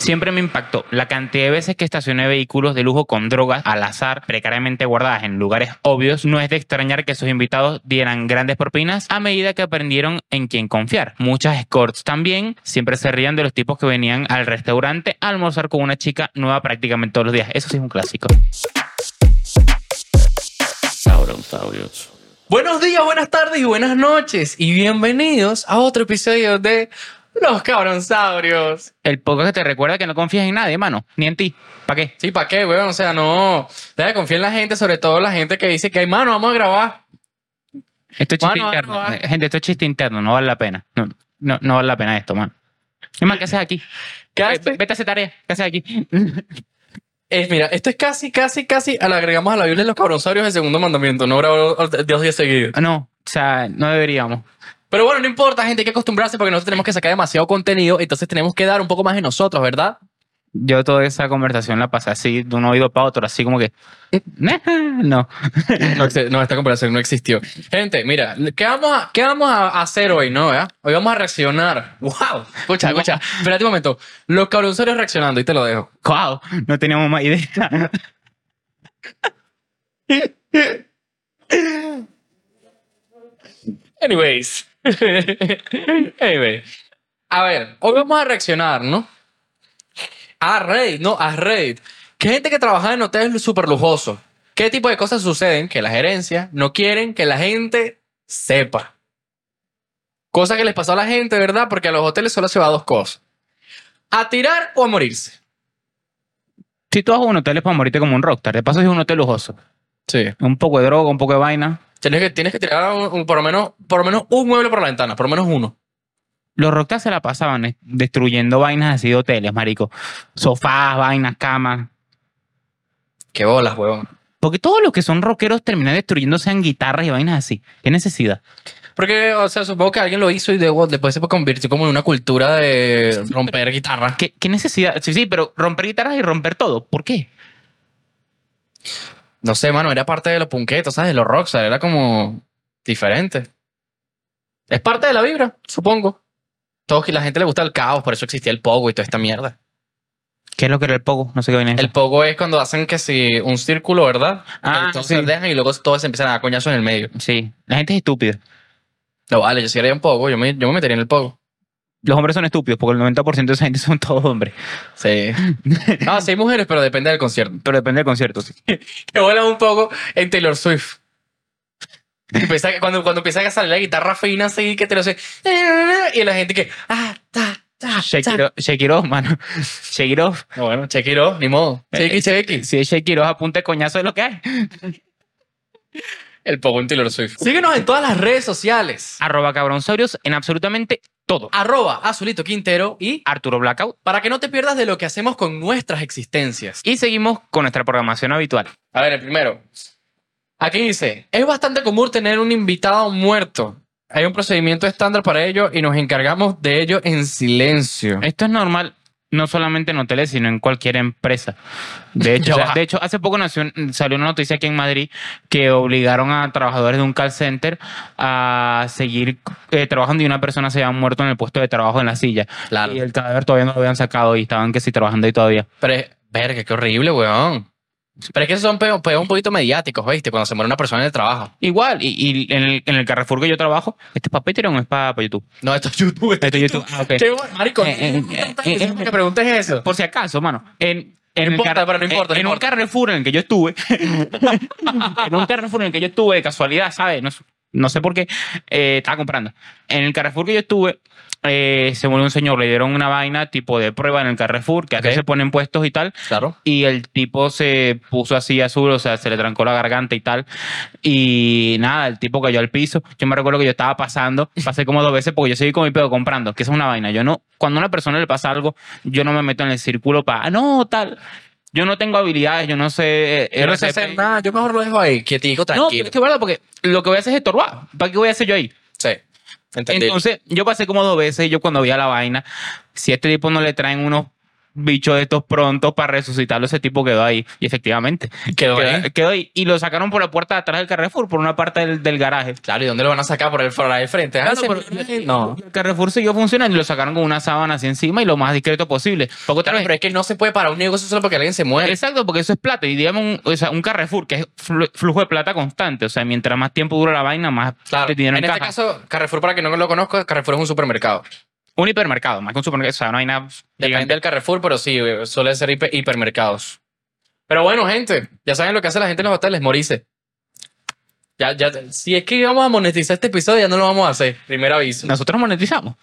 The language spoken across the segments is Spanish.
siempre me impactó la cantidad de veces que estacioné vehículos de lujo con drogas al azar, precariamente guardadas en lugares obvios. No es de extrañar que sus invitados dieran grandes propinas a medida que aprendieron en quién confiar. Muchas escorts también siempre se rían de los tipos que venían al restaurante a almorzar con una chica nueva prácticamente todos los días. Eso sí es un clásico. Saurosaurios. Buenos días, buenas tardes y buenas noches. Y bienvenidos a otro episodio de Los Cabronsaurios. El poco que te recuerda que no confías en nadie, mano, ni en ti. ¿Para qué? Sí, ¿para qué, weón? O sea, no. Deja de confiar en la gente, sobre todo la gente que dice que, mano, vamos a grabar. Esto es chiste Mano, interno. eh, mano, ah. Gente, esto es chiste interno, no vale la pena. No, no, no vale la pena esto, mano. Es más, ¿qué haces aquí? ¿Qué Eh, haces? Vete a hacer tarea. ¿Qué haces aquí? Es, mira, esto es casi, casi, casi. al agregamos a la Biblia de los Cabronsaurios el segundo mandamiento. No grabar dos días seguidos. no, o sea, no deberíamos. Pero bueno, no importa, gente, hay que acostumbrarse porque nosotros tenemos que sacar demasiado contenido. Entonces tenemos que dar un poco más de nosotros, ¿verdad? Yo toda esa conversación la pasé así, de un oído para otro, así como que... eh, No. No, exi- no, esta comparación no existió. Gente, mira, ¿qué vamos a, qué vamos a hacer hoy, no? verdad? Hoy vamos a reaccionar. ¡Wow! Escucha, escucha. Espérate un momento. Los cabronzarios reaccionando, y te lo dejo. Wow, no teníamos más idea. Anyways. anyway. A ver, hoy vamos a reaccionar, ¿no? A Reddit, no, a Reddit. Que gente que trabaja en hoteles súper lujosos. ¿Qué tipo de cosas suceden que las gerencias no quieren que la gente sepa? Cosa que les pasó a la gente, ¿verdad? Porque a los hoteles solo se va a dos cosas. A tirar o a morirse. Si tú vas a un hotel es para morirte como un rockstar. De paso es un hotel lujoso. Sí. Un poco de droga, un poco de vaina. Tienes que, tienes que tirar un- un- por, lo menos, por lo menos un mueble por la ventana, por lo menos uno. Los rockstars se la pasaban eh, destruyendo vainas así de hoteles, marico. Sofás, vainas, camas. Qué bolas, huevón. Porque todos los que son rockeros terminan destruyéndose en guitarras y vainas así. ¿Qué necesidad? Porque, o sea, supongo que alguien lo hizo y luego después se convirtió como en una cultura de romper guitarra. ¿Qué, qué necesidad? Sí, sí, pero romper guitarras y romper todo. ¿Por qué? No sé, mano, era parte de los punquetos, ¿sabes? De los rockstar, era como diferente. Es parte de la vibra, supongo. Todos que la gente le gusta el caos, por eso existía el pogo y toda esta mierda. ¿Qué es lo que era el pogo? No sé qué vaina es. El pogo es cuando hacen que si un círculo, ¿verdad? Ah, Entonces sí. dejan y luego todos se empiezan a dar coñazos en el medio. Sí, la gente es estúpida. No, vale, yo si era un pogo, yo me, yo me metería en el pogo. Los hombres son estúpidos porque el 90% de esa gente son todos hombres. Sí. No, sí hay mujeres, pero depende del concierto. Pero depende del concierto. sí. Que vuelan un poco en Taylor Swift. Empieza- cuando, cuando empieza a salir la guitarra fina así, que te lo sé. Y la gente que... Ah, ta, ta, ta. Shakiro, Shakiro, mano. Shakiro, No, bueno, chequiro, ni modo. Chequi, chequi. si es Shakiro, apunte coñazo de lo que hay. El poco en Taylor Swift. Síguenos en todas las redes sociales. Arroba cabronsaurios en absolutamente todo. Arroba Azulito Quintero y... Arturo Blackout. Para que no te pierdas de lo que hacemos con nuestras existencias. Y seguimos con nuestra programación habitual. A ver, el primero. Aquí dice, es bastante común tener un invitado muerto. Hay un procedimiento estándar para ello y nos encargamos de ello en silencio. Esto es normal, no solamente en hoteles, sino en cualquier empresa. De hecho, o Ya sea, va. de hecho hace poco nació un- salió una noticia aquí en Madrid que obligaron a trabajadores de un call center a seguir eh, trabajando y una persona se había muerto en el puesto de trabajo en la silla. Claro. Y el cadáver todavía no lo habían sacado y estaban que sí trabajando ahí todavía. Pero es, verga, qué horrible, weón. Pero es que esos son peos, peos un poquito mediáticos, ¿viste? Cuando se muere una persona en el trabajo. Igual, y, y en, el, en el Carrefour que yo trabajo, ¿este es para Patreon o es para, para YouTube? No, esto es YouTube. Esto es YouTube. Ah, ok. Qué bueno, marico. Eh, eh, eh, eh, eh, que preguntes eso. Por si acaso, mano. En, en el importa, car- pero no importa, no En, en un importa. Carrefour en el que yo estuve. en un Carrefour en el que yo estuve, de casualidad, ¿sabes? No, sé- no sé por qué. eh, estaba comprando. En el Carrefour que yo estuve, eh, se murió un señor. Le dieron una vaina tipo de prueba en el Carrefour, que acá Ok. se ponen puestos y tal. Claro. Y el tipo se puso así azul, o sea, se le trancó la garganta y tal. Y nada, el tipo cayó al piso. Yo me recuerdo que yo estaba pasando, pasé como dos veces porque yo seguí con mi pedo comprando, que esa es una vaina. Yo no, cuando a una persona le pasa algo, yo no me meto en el círculo para, ah, no, tal. Yo no tengo habilidades, yo no sé. eh, Yo no sé RCP. hacer nada, yo mejor lo dejo ahí, quietico, No, pero tranquilo. es que es verdad, porque lo que voy a hacer es estorbar. ¿Para qué voy a hacer yo ahí? Sí. Entendí. Entonces, yo pasé como dos veces y yo cuando vi a la vaina, si a este tipo no le traen unos bicho de estos pronto para resucitarlo. Ese tipo quedó ahí. Y efectivamente, Quedó quedó ahí. quedó ahí. Y lo sacaron por la puerta de atrás del Carrefour, por una parte del, del garaje. Claro, ¿y dónde lo van a sacar? ¿Por el por la de frente? Ah, Claro, se- pero- no. El Carrefour siguió funcionando y lo sacaron con una sábana así encima y lo más discreto posible. Porque otra Claro, vez, pero es que no se puede parar un negocio solo porque alguien se muere. Exacto, porque eso es plata. Y digamos, un, o sea, un Carrefour, que es flu- flujo de plata constante. O sea, mientras más tiempo dura la vaina, más Claro. te dinero En en, este caja. caso, Carrefour, para que no lo conozco, Carrefour es un supermercado. Un hipermercado, más que un supermercado. O sea, no hay nada. Depende del Carrefour, pero sí, eh, suele ser hiper- hipermercados. Pero bueno, gente, ya saben lo que hace la gente en los hoteles, morirse. Ya, ya, si es que vamos a monetizar este episodio, ya no lo vamos a hacer. Primer aviso. Nosotros monetizamos.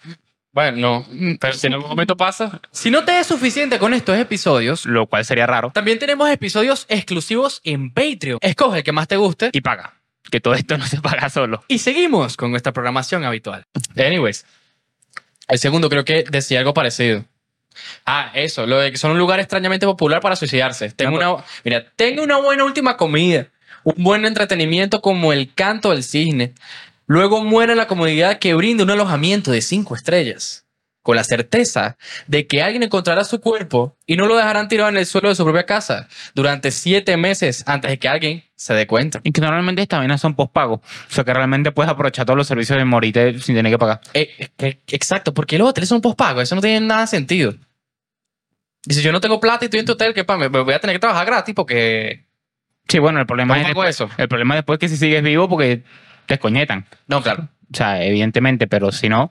Bueno, no. mm, Pero si en algún momento pasa. Si no te es suficiente con estos episodios, Lo cual sería raro. también tenemos episodios exclusivos en Patreon. Escoge el que más te guste Y paga. Que todo esto no se paga solo. y seguimos con nuestra programación habitual. Anyways, el segundo creo que decía algo parecido. Ah, eso, lo de que son un lugar extrañamente popular para suicidarse. Tengo No, una, mira, tengo una buena última comida, un buen entretenimiento como el canto del cisne. Luego muere la comunidad que brinda un alojamiento de cinco estrellas, con la certeza de que alguien encontrará su cuerpo y no lo dejarán tirado en el suelo de su propia casa durante siete meses antes de que alguien se dé cuenta. Y que normalmente estas vainas son postpago. O sea, que realmente puedes aprovechar todos los servicios de morirte sin tener que pagar. Eh, eh, eh, exacto, porque los hoteles son postpago, eso no tiene nada de sentido. Y si yo no tengo plata y estoy en tu hotel, que pa, me me voy a tener que trabajar gratis porque. Sí, bueno, el problema, ¿Cómo es hago después, eso? el problema después es que si sigues vivo porque te escoñetan. No, claro. O sea, evidentemente, pero si no,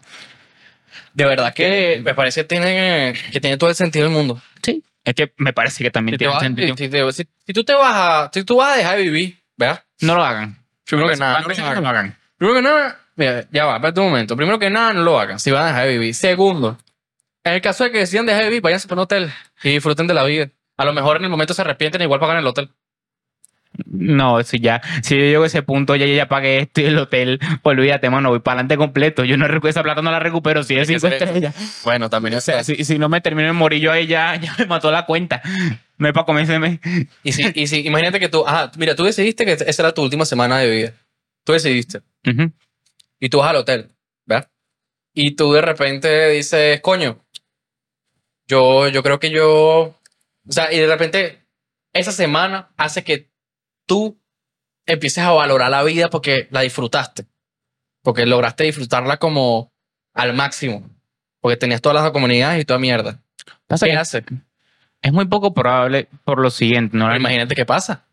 De verdad que me parece que tiene, que tiene todo el sentido del mundo. sí. Es que me parece que también Si, te tiene vas- sentido. si te- si- si tú te vas a. Si tú vas a dejar de vivir, ¿verdad? No lo hagan. Primero que nada, Van no creciendo, lo hagan. no lo hagan. Primero que nada, mira, ya va, espérate un momento. Primero que nada, no lo hagan si van a dejar de vivir. Segundo, en el caso de que decidan dejar de vivir, váyanse para un hotel y disfruten de la vida. A lo mejor en el momento se arrepienten, igual pagan el hotel. No, si ya, si yo llego a ese punto, ya, ya, ya pagué esto y el hotel, pues olvídate, mano, voy para adelante completo. Yo no recu- esa plata no la recupero, si es Hay que cinco hacer eso. estrellas. Bueno, también es O sea, si, si no me termino de morir yo ahí, ya, ya me mató la cuenta. No es para comérseme. Y si, y si, imagínate que tú, ah, mira, tú decidiste que esa era tu última semana de vida. Tú decidiste. Ujú. Y tú vas al hotel, ¿verdad? Y tú de repente dices, coño, yo, yo creo que yo. O sea, y de repente esa semana hace que tú empieces a valorar la vida porque la disfrutaste. Porque lograste disfrutarla como al máximo. Porque tenías todas las comunidades y toda mierda. Pasa ¿Qué que haces? es muy poco probable por lo siguiente, ¿no? Imagínate qué pasa.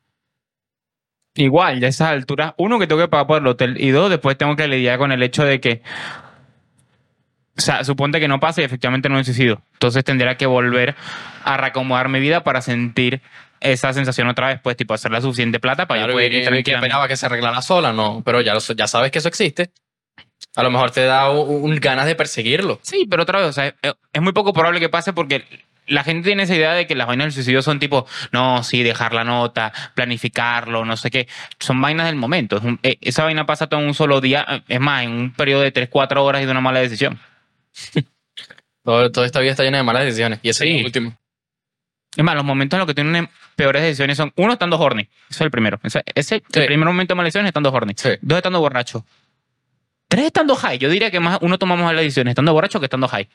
Igual, ya a esas alturas, uno que tengo que pagar por el hotel y dos, después tengo que lidiar con el hecho de que, o sea, suponte que no pasa y efectivamente no me suicido. Entonces tendría que volver a reacomodar mi vida para sentir esa sensación otra vez, pues, tipo, hacer la suficiente plata para Claro, yo poder y- y- ir y tranquilamente. esperaba que se arreglara sola, no, pero ya, lo, ya sabes que eso existe. A lo mejor te da un, un ganas de perseguirlo. Sí, pero otra vez, o sea, es, es muy poco probable que pase porque la gente tiene esa idea de que las vainas del suicidio son tipo, no, sí, dejar la nota, planificarlo, no sé qué. Son vainas del momento. Es un- eh, esa vaina pasa todo en un solo día, eh, es más, en un periodo de 3, 4 horas y de una mala decisión. Todo, toda esta vida está llena de malas decisiones. Y ese Sí. es el último. Es más, los momentos en los que tienen peores decisiones son, uno, estando horny. Eso es el primero. Ese ese es Sí. el primer momento de malas decisiones, estando horny. Sí. Dos, estando borracho. Tres, estando high. Yo diría que más uno toma más las decisiones estando borracho que estando high.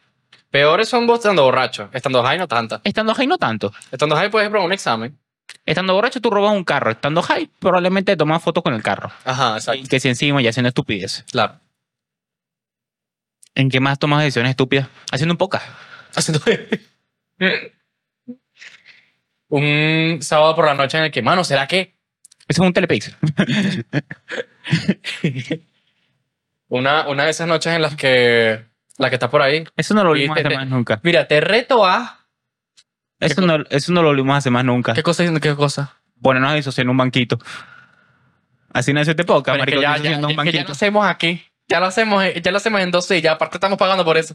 Peores son vos estando borracho. Estando high no tanta. Estando high no tanto. Estando high puedes probar un examen. Estando borracho tú robas un carro. Estando high probablemente tomas fotos con el carro. Ajá, exacto. Y que si encima ya haciendo estupidez. Claro. ¿En qué más tomas decisiones estúpidas? Haciendo un poca. Haciendo- un sábado por la noche en el que, mano, ¿será que Eso es un telepix. una, una de esas noches en las que la que estás por ahí? Eso no lo Y volvimos a te- hacer te- más nunca. Mira, te reto a. este Eso no, eso no lo volvimos a hacer más nunca. ¿Qué cosa? ¿Qué cosa? Ponernos a disociar en un banquito. Así nació este podcast, Pero es que marico. ya, ya- disociando un es que ya banquito. lo hacemos aquí. Ya lo hacemos, eh, ya lo hacemos en dos sillas. Aparte estamos pagando por eso.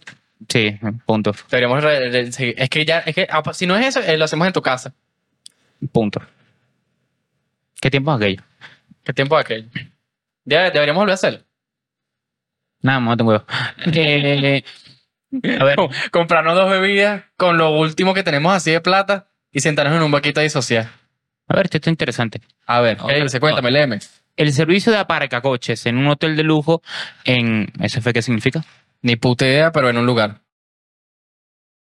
Sí, punto, Deberíamos re- re- seguir. Es que ya, es que apa- si no es eso, eh, lo hacemos en tu casa. punto. ¿Qué tiempo es aquello? ¿Qué tiempo es aquello? Ya deberíamos volver a hacerlo. Nada, mamá, tengo huevo. Eh, a ver, Com- Comprarnos dos bebidas con lo último que tenemos así de plata y sentarnos en un vaquita disociar. a ver, esto está interesante. A ver, Otra- ¿qué dice? Cuéntame, léeme. El servicio de aparcacoches en un hotel de lujo en... ¿Eso fue qué significa? Ni puta idea, pero en un lugar.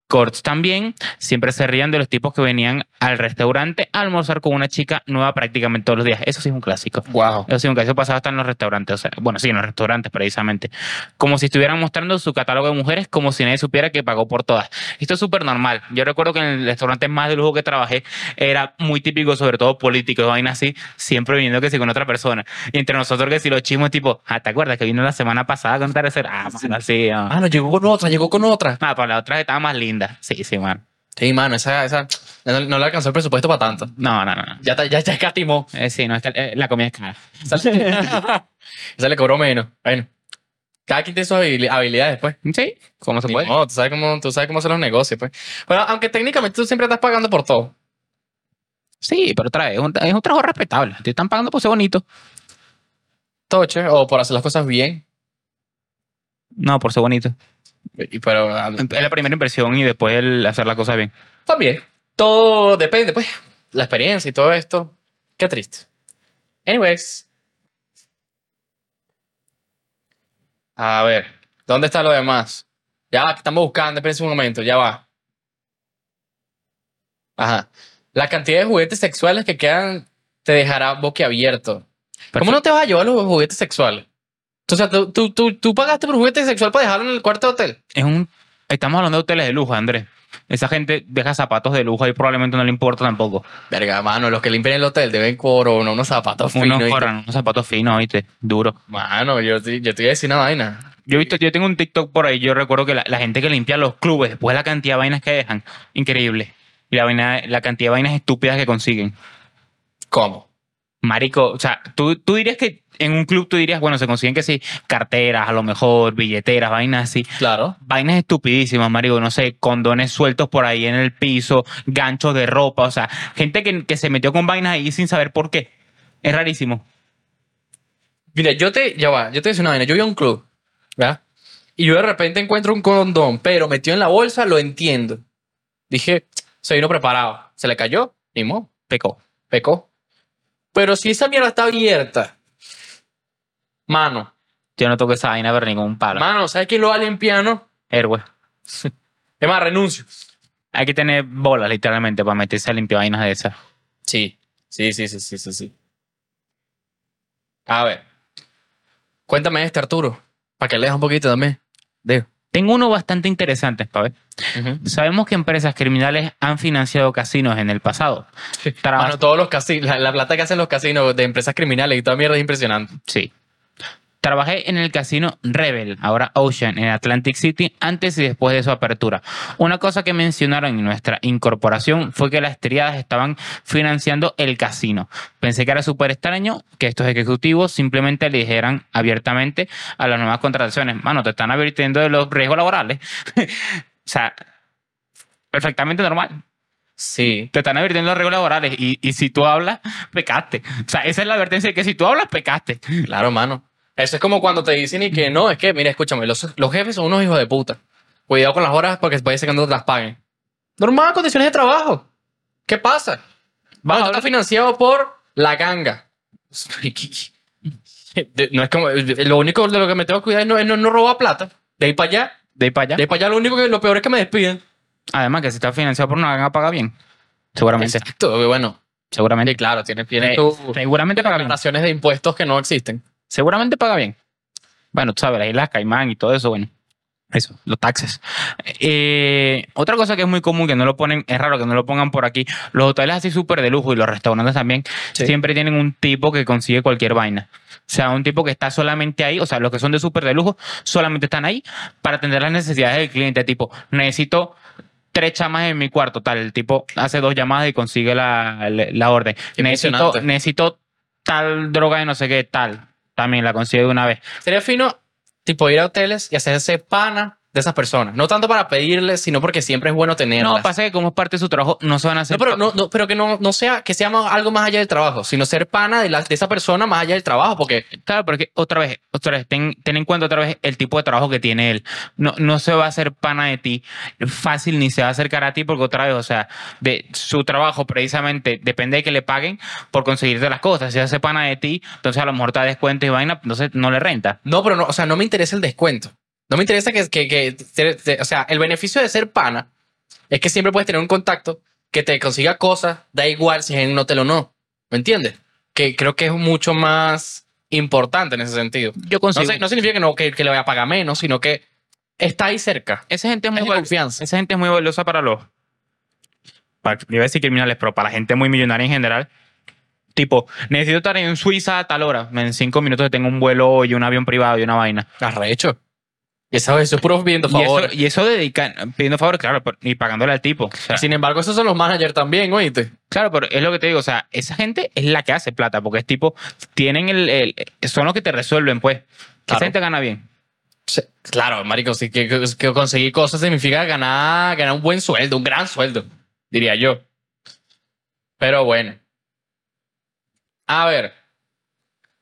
Corts también siempre se rían de los tipos que venían al restaurante a almorzar con una chica nueva prácticamente todos los días. Eso sí es un clásico. Wow. Eso sí, un caso pasado hasta en los restaurantes. O sea, bueno, sí, en los restaurantes precisamente. Como si estuvieran mostrando su catálogo de mujeres como si nadie supiera que pagó por todas. Esto es súper normal. Yo recuerdo que en el restaurante más de lujo que trabajé era muy típico, sobre todo políticos, vaina así, siempre viniendo que sí con otra persona. Y entre nosotros que si los chismos tipo, ah, ¿te acuerdas que vino la semana pasada a contar ese? Ah, mano, sí. Ah, Ah, no, llegó con otra, llegó con otra. Ah, para la otra estaba más linda. Sí, sí, man. Sí, mano, esa, esa no, no le alcanzó el presupuesto para tanto. No, no, no. Ya, ta- ya, ya escatimó. Eh, sí, no, es que eh, la comida es cara. Esa le cobró menos. Bueno, cada quien tiene sus habili- habilidades, pues. Sí, ¿cómo se Ni puede? modo, tú sabes cómo, tú sabes cómo son los negocios, pues. Bueno, aunque técnicamente tú siempre estás pagando por todo. Sí, pero trae, es un, es un trabajo respetable. Te están pagando por ser bonito. Toche, o por hacer las cosas bien. No, por ser bonito. Y, pero ah, Es la primera impresión y después el hacer las cosas bien. también, Pues todo depende, pues. La experiencia y todo esto. Qué triste. Anyways. A ver, ¿dónde está lo demás? Ya va, que estamos buscando, espérense un momento, ya va. Ajá. La cantidad de juguetes sexuales que quedan te dejará boquiabierto. ¿Cómo no te vas a llevar los juguetes sexuales? O sea, tú, tú, tú, tú pagaste por un juguete sexual para dejarlo en el cuarto de hotel. Es un, estamos hablando de hoteles de lujo, Andrés. Esa gente deja zapatos de lujo y probablemente no le importa tampoco. Verga, mano, los que limpian el hotel deben coronar unos zapatos finos. Unos, ¿viste? corran, unos zapatos finos, ¿viste? Duro. Mano, yo, te- yo te iba a decir una vaina. Yo he visto, yo tengo un TikTok por ahí, yo recuerdo que la, la gente que limpia los clubes, después la cantidad de vainas que dejan, increíble. Y la, vaina, la cantidad de vainas estúpidas que consiguen. ¿Cómo? Marico, o sea, tú, tú dirías que en un club tú dirías, bueno, se consiguen que sí, carteras, a lo mejor, billeteras, vainas así. Claro. vainas estupidísimas, marico, no sé, condones sueltos por ahí en el piso, ganchos de ropa, o sea, gente que, que se metió con vainas ahí sin saber por qué. Es rarísimo. Mira, yo te, ya va, yo te decía una vaina. Yo iba a un club, ¿verdad? Y yo de repente encuentro un condón, pero metido en la bolsa, lo entiendo. Dije, se vino preparado. Se le cayó, ni modo, Pecó. pecó. Pero si esa mierda está abierta, mano, Yo no toco esa vaina pero ningún palo. mano, ¿sabes quién lo va a limpiar, no? Héroe. Es más, renuncio. Hay que tener bolas, literalmente, para meterse a limpiar vainas de esas. Sí, sí, sí, sí, sí, sí, sí. A ver, cuéntame este, Arturo, para que leas un poquito también. Digo. Tengo uno bastante interesante, pa' ver. Sabemos que empresas criminales han financiado casinos en el pasado. Trabas- Mano, todos los casinos, la, la plata que hacen los casinos de empresas criminales y toda mierda es impresionante. Sí. Trabajé en el casino Rebel, ahora Ocean, en Atlantic City, antes y después de su apertura. Una cosa que mencionaron en nuestra incorporación fue que las triadas estaban financiando el casino. Pensé que era súper extraño que estos ejecutivos simplemente le dijeran abiertamente a las nuevas contrataciones, mano, te están advirtiendo de los riesgos laborales. o sea, perfectamente normal. Sí. Te están advirtiendo de los riesgos laborales y, y si tú hablas, pecaste. O sea, esa es la advertencia de que si tú hablas, pecaste. Claro, mano. Eso es como cuando te dicen y que no, es que, mira, escúchame, los, los jefes son unos hijos de puta. Cuidado con las horas porque puede ser que no te las paguen. Normal, condiciones de trabajo. ¿Qué pasa? Mano, esto está financiado por la ganga. De- No es como, lo único de lo que me tengo que cuidar es no, es no, no robar plata. De ahí para allá, De ahí para allá. de ahí para allá lo único que, lo peor es que me despiden. Además, que si está financiado por una ganga, paga bien. Seguramente. Exacto, bueno. Seguramente. Sí, claro, tienes, Eh, tienes tu- seguramente paga bien. declaraciones de impuestos que no existen. Seguramente paga bien. Bueno, tú sabes, las Islas Caimán y todo eso, bueno. Eso, los taxes. Eh, otra cosa que es muy común, que no lo ponen, es raro que no lo pongan por aquí. Los hoteles así súper de lujo y los restaurantes también, Sí. siempre tienen un tipo que consigue cualquier vaina. O sea, un tipo que está solamente ahí, o sea, los que son de súper de lujo, solamente están ahí para atender las necesidades del cliente. Tipo, necesito tres chamas en mi cuarto, tal. El tipo hace dos llamadas y consigue la, la- la orden. Qué Necesito, impresionante. necesito tal droga de no sé qué, tal. También la consigue de una vez. Sería fino, tipo, ir a hoteles y hacerse pana de esas personas. No tanto para pedirles, sino porque siempre es bueno tenerlas. No, pasa que como es parte de su trabajo, no se van a hacer. No, pero, no, no, pero que no, no sea que sea más- algo más allá del trabajo, sino ser pana de, la- de esa persona más allá del trabajo, porque Claro, porque otra vez, otra vez, ten, ten en cuenta otra vez el tipo de trabajo que tiene él. No, no se va a hacer pana de ti fácil ni se va a acercar a ti porque otra vez, o sea, de su trabajo precisamente depende de que le paguen por conseguirte las cosas. Si se hace pana de ti, entonces a lo mejor te da descuento y vaina, entonces no le renta. No, pero no, o sea, no me interesa el descuento. No me interesa que, que, que- te- te- o sea, el beneficio de ser pana es que siempre puedes tener un contacto que te consiga cosas, da igual si es en un hotel o no. ¿Me entiendes? Que creo que es mucho más importante en ese sentido. Yo No, consigo. sé- no significa que, no, que, que le vaya a pagar menos, sino que está ahí cerca. Esa gente es muy Es de val- confianza. Esa gente es muy valiosa para los. Para, yo iba a decir criminales, pero para la gente muy millonaria en general. Tipo, necesito estar en Suiza a tal hora. En cinco minutos tengo un vuelo y un avión privado y una vaina. Arrecho. Y eso, eso es puro pidiendo Y eso, favor. y eso dedican, pidiendo favor, claro, por- y pagándole al tipo. O sea, Sin embargo, esos son los managers también, oíste. Claro, pero es lo que te digo. O sea, esa gente es la que hace plata, porque es tipo, tienen el. el- son los que te resuelven, pues. Claro. Esa gente gana bien. Se- Claro, marico, si que, que- que conseguir cosas significa ganar, ganar un buen sueldo, un gran sueldo, diría yo. Pero bueno. A ver.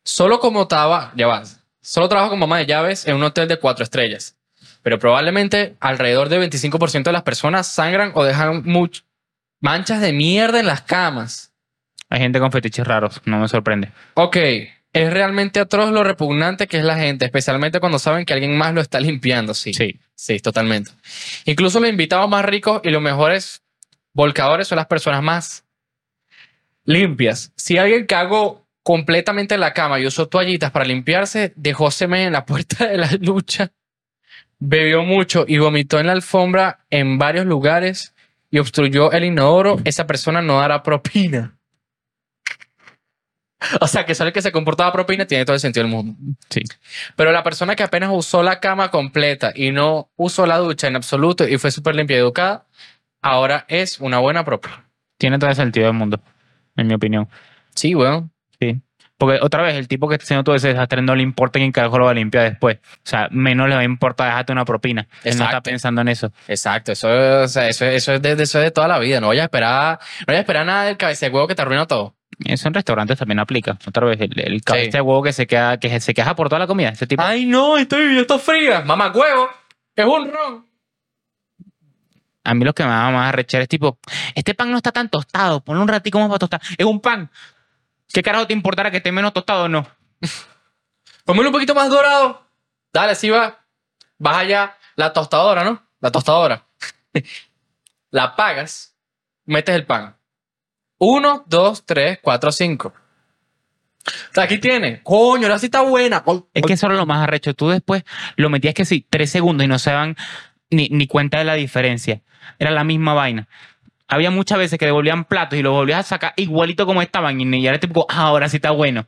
Solo como estaba, ya vas. Solo trabajo como mamá de llaves en un hotel de cuatro estrellas. Pero probablemente alrededor del 25% de las personas sangran o dejan much- manchas de mierda en las camas. Hay gente con fetiches raros, no me sorprende. Ok, es realmente atroz lo repugnante que es la gente, especialmente cuando saben que alguien más lo está limpiando, sí. Sí. Sí, totalmente. Incluso los invitados más ricos y los mejores volcadores son las personas más limpias. Si alguien cagó completamente en la cama y usó toallitas para limpiarse, dejó semen en la puerta de la ducha, bebió mucho y vomitó en la alfombra en varios lugares y obstruyó el inodoro, esa persona no dará propina. O sea, que sale que se comportaba propina tiene todo el sentido del mundo. Sí. Pero la persona que apenas usó la cama completa y no usó la ducha en absoluto y fue súper limpia y educada, ahora es una buena propia. Tiene todo el sentido del mundo, en mi opinión. Sí, weón. Porque otra vez, el tipo que está haciendo todo ese desastre no le importa quién carajo lo va a limpiar después. O sea, menos le va a importar dejarte una propina. Él no está Exacto. pensando en eso. Exacto, eso, o sea, eso, eso, es de, eso es de toda la vida. No vayas a esperar, no vayas a esperar nada del cabeza de huevo que te arruina todo. Eso en restaurantes también aplica. Otra vez, el, el cabeza de huevo que se queda, que se queja por toda la comida. Ese tipo. Ay, no, estoy viviendo está fría. Mamá, huevo, es un ron. A mí lo que me da más arrechar es tipo, este pan no está tan tostado, ponle un ratico más para tostar. Es un pan. ¿Qué carajo te importará que esté menos tostado o no? Pónmelo un poquito más dorado. Dale, así va. Vas allá, la tostadora, ¿no? La tostadora. la apagas, metes el pan. Uno, dos, tres, cuatro, cinco. O sea, Aquí tiene. Coño, la sí está buena. Es que eso era lo más arrecho. Tú después lo metías que sí, tres segundos y no se daban ni, ni cuenta de la diferencia. Era la misma vaina. Había muchas veces que devolvían platos y los volvías a sacar igualito como estaban. Y y era tipo, "Ah, ahora sí está bueno.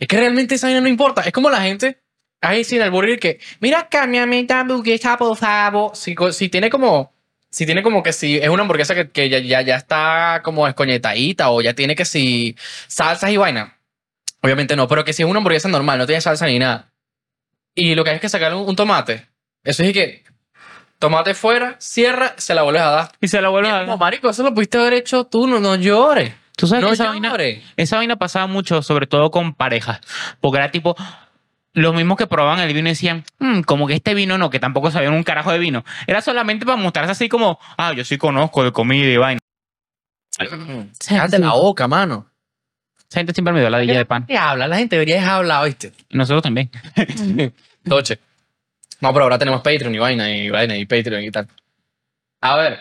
Es que realmente esa vaina no importa. Es como la gente ahí sin aburrir que, mira, cámbiame esta hamburguesa, por favor. Si, co- si tiene como, si tiene como que si es una hamburguesa que, que ya, ya, ya está como escoñetadita o ya tiene que si salsas y vaina. Obviamente no, pero que si es una hamburguesa normal, no tiene salsa ni nada. Y lo que hay es que sacar un, un tomate. Eso es que tomate fuera, cierra, se la vuelves a dar. Y se la vuelves a Como marico, eso lo pudiste haber hecho tú, no, no llores. Tú sabes No que esa vaina, llores. esa vaina pasaba mucho, sobre todo con parejas. Porque era tipo, los mismos que probaban el vino decían, "Mm, como que este vino no, que tampoco sabían un carajo de vino. Era solamente para mostrarse así como, ah, yo sí conozco de comida y vaina. Cállate la boca, mano. Esa gente siempre me dio la dilla de pan. Te habla, la gente debería dejar hablar, ¿viste? Nosotros también. Toche. No, pero ahora tenemos Patreon y vaina y vaina y Patreon y tal. A ver.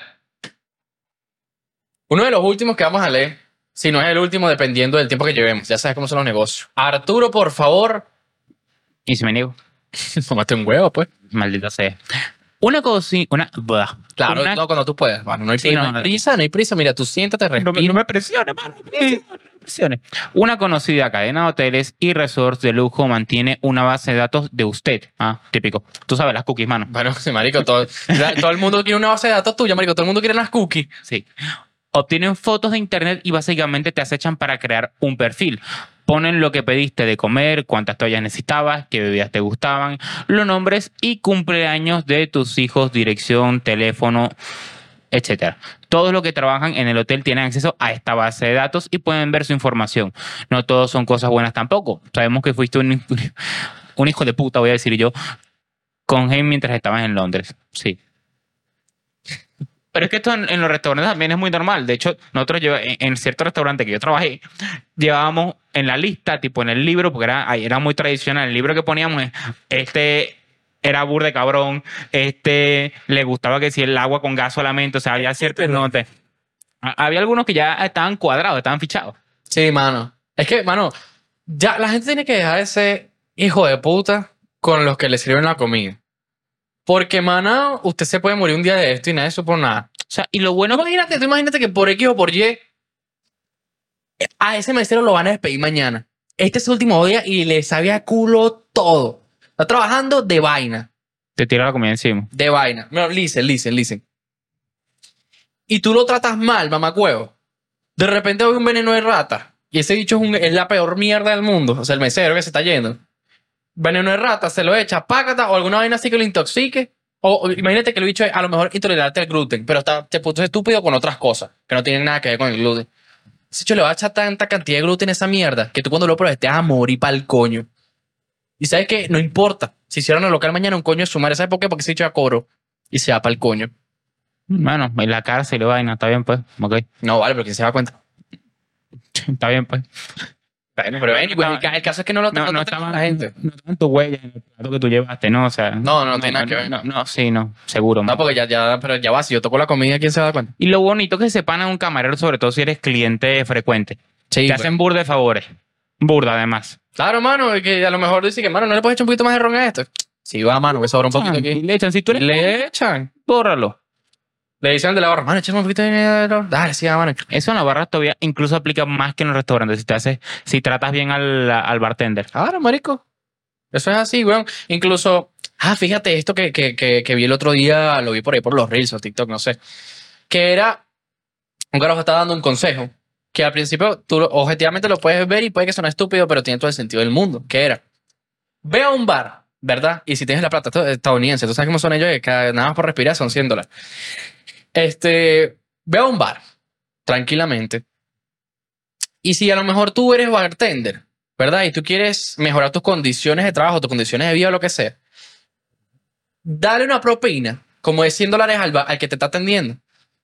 Uno de los últimos que vamos a leer, si no es el último, dependiendo del tiempo que llevemos. Ya sabes cómo son los negocios. Arturo, por favor. Y si me niego, Tómate un huevo, pues. maldita sea. Una cocina, una... buah. Claro, Una- no, cuando tú puedas. Bueno, no hay, Sí, prisa, no, no hay no. prisa, no hay prisa. Mira, tú siéntate, No respira. me, no me presione, mano, no me presione, no me presione. Una conocida cadena de hoteles y resorts de lujo mantiene una base de datos de usted. Ah, típico. Tú sabes las cookies, mano. Bueno, sí, marico, todo, la- todo el mundo quiere una base de datos tuya, marico. Todo el mundo quiere las cookies. Sí. Obtienen fotos de internet y básicamente te acechan para crear un perfil. Ponen lo que pediste de comer, cuántas toallas necesitabas, qué bebidas te gustaban, los nombres y cumpleaños de tus hijos, dirección, teléfono, etcétera. Todos los que trabajan en el hotel tienen acceso a esta base de datos y pueden ver su información. No todos son cosas buenas tampoco. Sabemos que fuiste un, un hijo de puta, voy a decir yo, con él mientras estabas en Londres. Sí. Pero es que esto en, en los restaurantes también es muy normal. De hecho, nosotros lleva- en, en cierto restaurante que yo trabajé, llevábamos en la lista, tipo en el libro, porque era, ahí era muy tradicional, el libro que poníamos es, este era burde cabrón, este, le gustaba que si el agua con gas solamente, o sea, había ciertos notes. Ha- Había algunos que ya estaban cuadrados, estaban fichados. Sí, mano. Es que, mano, ya la gente tiene que dejar ese hijo de puta con los que le sirven la comida. Porque, mano, usted se puede morir un día de esto y nadie supo nada. O sea, y lo bueno, Imagínate, tú imagínate que por X o por Y a ese mesero lo van a despedir mañana. Este es su último día y le sabe a culo todo. Está trabajando de vaina, te tira la comida encima. de vaina. No, listen, listen, listen. Y tú lo tratas mal, mamacuevo. De repente hay un veneno de rata. Y ese bicho es, un- es la peor mierda del mundo. O sea, el mesero que se está yendo. Veneno de rata, se lo echa, pácata, o alguna vaina así que lo intoxique. O, o imagínate que el bicho es a lo mejor intolerante al gluten, pero está te puso estúpido con otras cosas que no tienen nada que ver con el gluten. Ese bicho le va a echar tanta cantidad de gluten a esa mierda que tú cuando lo pruebes te vas a morir para el coño. Y sabes que no importa. Si hicieran el local mañana un coño de su madre, ¿sabes por qué? Porque ese bicho a coro y se va para el coño. Bueno, en la cárcel y vaina, está bien, pues. Ok, No, vale, pero ¿quién se da cuenta? está bien, pues. Bueno, pero ven, pues, el, ca- el caso es que no lo No, no tratan estaban la gente. No estaban tus huellas en el plato que tú llevaste, ¿no? O sea. No, no, no tiene nada que ver. No, no, sí, no, seguro. No, porque ya, ya, pero ya va, si yo toco la comida, ¿quién se da cuenta? Y lo bonito es que se pana un camarero, sobre todo si eres cliente frecuente. Sí, pues. te hacen burda de favores. Burda, además. Claro, mano, y que a lo mejor dice que, mano, ¿no le puedes echar un poquito más de ron a esto? Sí, va, mano, que sobra un poquito Y aquí. le echan, si tú eres. Le echan. Bórralo. Le dicen al de la barra, mano, échame un poquito de ron. Dale, sí, va, mano. Eso en la barra todavía incluso aplica más que en los restaurantes. Si te haces, si tratas bien al, al bartender. Claro, marico. Eso es así, weón. Incluso, ah, fíjate esto que, que, que, que vi el otro día, lo vi por ahí por los Reels o TikTok, no sé. Que era, un carajo está dando un consejo. Que al principio tú lo- objetivamente lo puedes ver y puede que suene estúpido, pero tiene todo el sentido del mundo. Que era, ve a un bar, ¿verdad? Y si tienes la plata esto es estadounidense, tú sabes cómo son ellos, que cada- nada más por respirar son 100 dólares. Este, ve a un bar, tranquilamente. Y si a lo mejor tú eres bartender, ¿verdad? Y tú quieres mejorar tus condiciones de trabajo, tus condiciones de vida, lo que sea, dale una propina como de 100 dólares al, ba- al que te está atendiendo.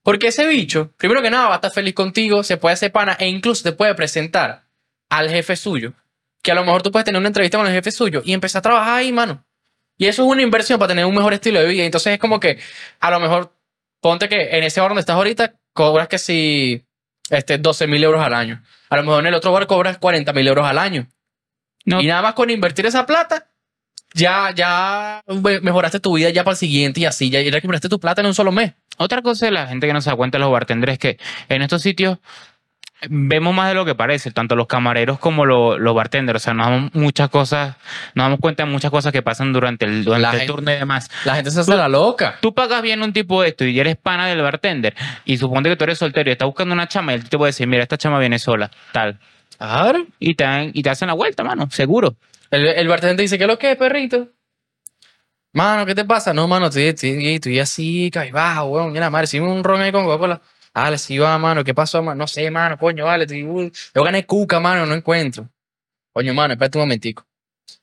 Porque ese bicho, primero que nada, va a estar feliz contigo, se puede hacer pana e incluso te puede presentar al jefe suyo. Que a lo mejor tú puedes tener una entrevista con el jefe suyo y empezar a trabajar ahí, mano. Y eso es una inversión para tener un mejor estilo de vida. Entonces es como que a lo mejor ponte que en ese bar donde estás ahorita cobras que si este, 12 mil euros al año. A lo mejor en el otro bar cobras 40 mil euros al año. No, Y nada más con invertir esa plata, ya, ya me- mejoraste tu vida ya para el siguiente y así, ya, ya recuperaste tu plata en un solo mes. Otra cosa de la gente que no se da cuenta de los bartenders es que en estos sitios vemos más de lo que parece, tanto los camareros como lo- los bartenders. O sea, nos damos muchas cosas, nos damos cuenta de muchas cosas que pasan durante el, La durante el gente- turno y demás. La gente se hace la loca. Tú pagas bien un tipo de esto y eres pana del bartender y suponte que tú eres soltero y estás buscando una chama y él te puede decir, mira, esta chama viene sola, tal. Claro. Y te, dan- y te hacen la vuelta, mano, seguro. El, el bartender dice, ¿qué es lo que es, perrito? Mano, ¿qué te pasa? No, mano, estoy, estoy, estoy así, cabizbajo, weón. Mira, madre, hicimos un ron ahí con Coca-Cola. Dale, sí va, mano. ¿Qué pasó, mano? No sé, mano, coño, vale. estoy- uh, yo gané cuca, mano, no encuentro. Coño, mano, espérate un momentico.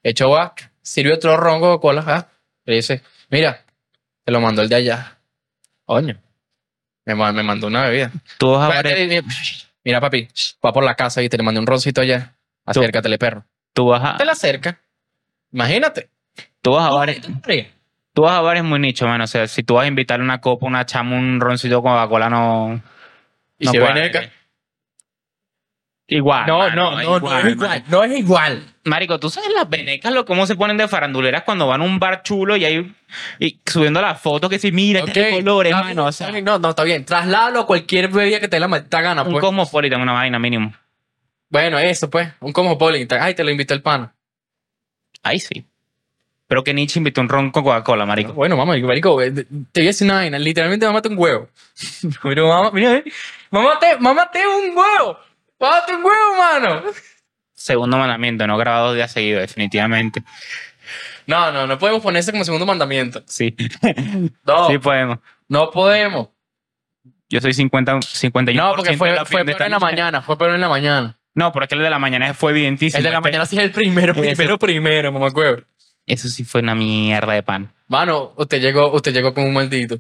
Hecho va, sirvió otro ron Coca-Cola, ¿ah? Le dice, mira, te lo mandó el de allá. Coño. Me, ma- me mandó una bebida. Todos Espérate, abres- mira, mira, papi, va por la casa y te le mandé un roncito allá. Tú- Acércatele, perro. tú vas a, Te la acerca. Imagínate. tú vas a bares- Ah, Vale. Tú vas a bares muy nicho, mano. O sea, si tú vas a invitar una copa, una chama, un roncito con Coca-Cola, no. Y no se cuadra. viene acá. Igual. Ah, No, mano, no, no, no es mano. igual. No es igual. Marico, tú sabes las venecas, lo cómo se ponen de faranduleras cuando van a un bar chulo y hay. Y subiendo las fotos que sí, mira, Ok. qué colores, Está mano. bien, O sea, está bien. No, no, está bien. Trasládalo a cualquier bebida que te dé la maldita gana, un pues. cosmopolitan, una vaina mínimo. Bueno, eso, pues. Un cosmopolitan. Ay, te lo invitó el pana. Ahí sí. Pero que Nietzsche invitó un ron con Coca-Cola, marico. Bueno, mamá, marico, eh, te voy a decir una vaina. Literalmente, mamate un huevo. Mira, mamá, mira, eh. mamate, mamate un huevo. Mamate un huevo, mano. Segundo mandamiento, no grabado dos días seguidos, definitivamente. No, no, no podemos ponerse como segundo mandamiento. Sí. No, Sí podemos. no podemos. Yo soy 50, 51. No, porque de fue, la fue opinión de peor esta en la noche. mañana. Fue peor en la mañana. No, pero aquel de la mañana fue evidentísimo. El de la Este- mañana sí es el primero, primero, primero, mamá huevo. Eso sí fue una mierda de pan. Mano, usted llegó, usted llegó con un maldito.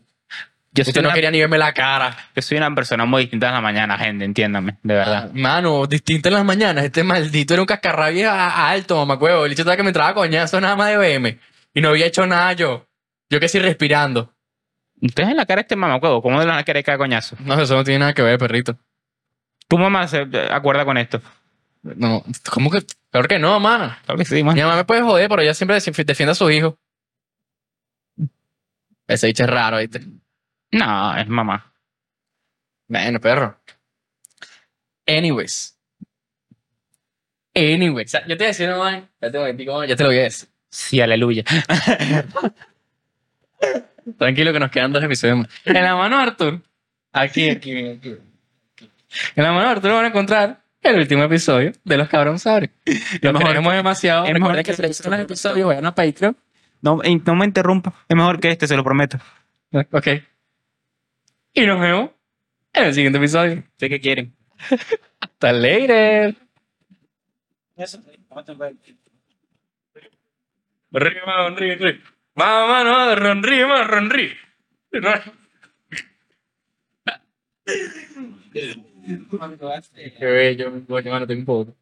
Yo soy, Usted no una, quería ni verme la cara. yo soy una persona muy distinta en la mañana, gente, entiéndame, de verdad. Mano, distinto en las mañanas. Este maldito era un cascarrabia a- a alto, mamacuevo. El bicho estaba que me entraba a coñazo nada más de BM. Y no había hecho nada yo. Yo que sí respirando. Ustedes en la cara de este mamacuevo, ¿cómo de la cara de cada coñazo? No, eso no tiene nada que ver, perrito. Tu mamá se eh, acuerda con esto. No, ¿cómo que? Claro que no, mamá. Claro que sí, man. Mi mamá me puede joder, pero ella siempre defi- defiende a sus hijos. Ese bicho es raro, ¿viste? No, es mamá. Bueno, perro. Anyways. Anyways. O sea, yo te voy a decir, no, man. Ya te, voy a decir, man, ya te lo voy a decir. Sí, aleluya. Tranquilo que nos quedan dos episodios más. En la mano de Arthur. Aquí, aquí, aquí. En la mano de Arthur van a encontrar el último episodio de Los Cabronsaurios. Lo mejor- queremos demasiado. es mejor Recuerden que que- se les los episodios, vayan a Patreon. No, eh, no me interrumpa. Es mejor que este, se lo prometo. Ok. Y nos vemos en el siguiente episodio. Sé que quieren. Hasta later. Ronri, mamá, ronri, ronri. Mamá, no, ronri, mamá, ronri. Qué bello, coño, mano, tengo un poco.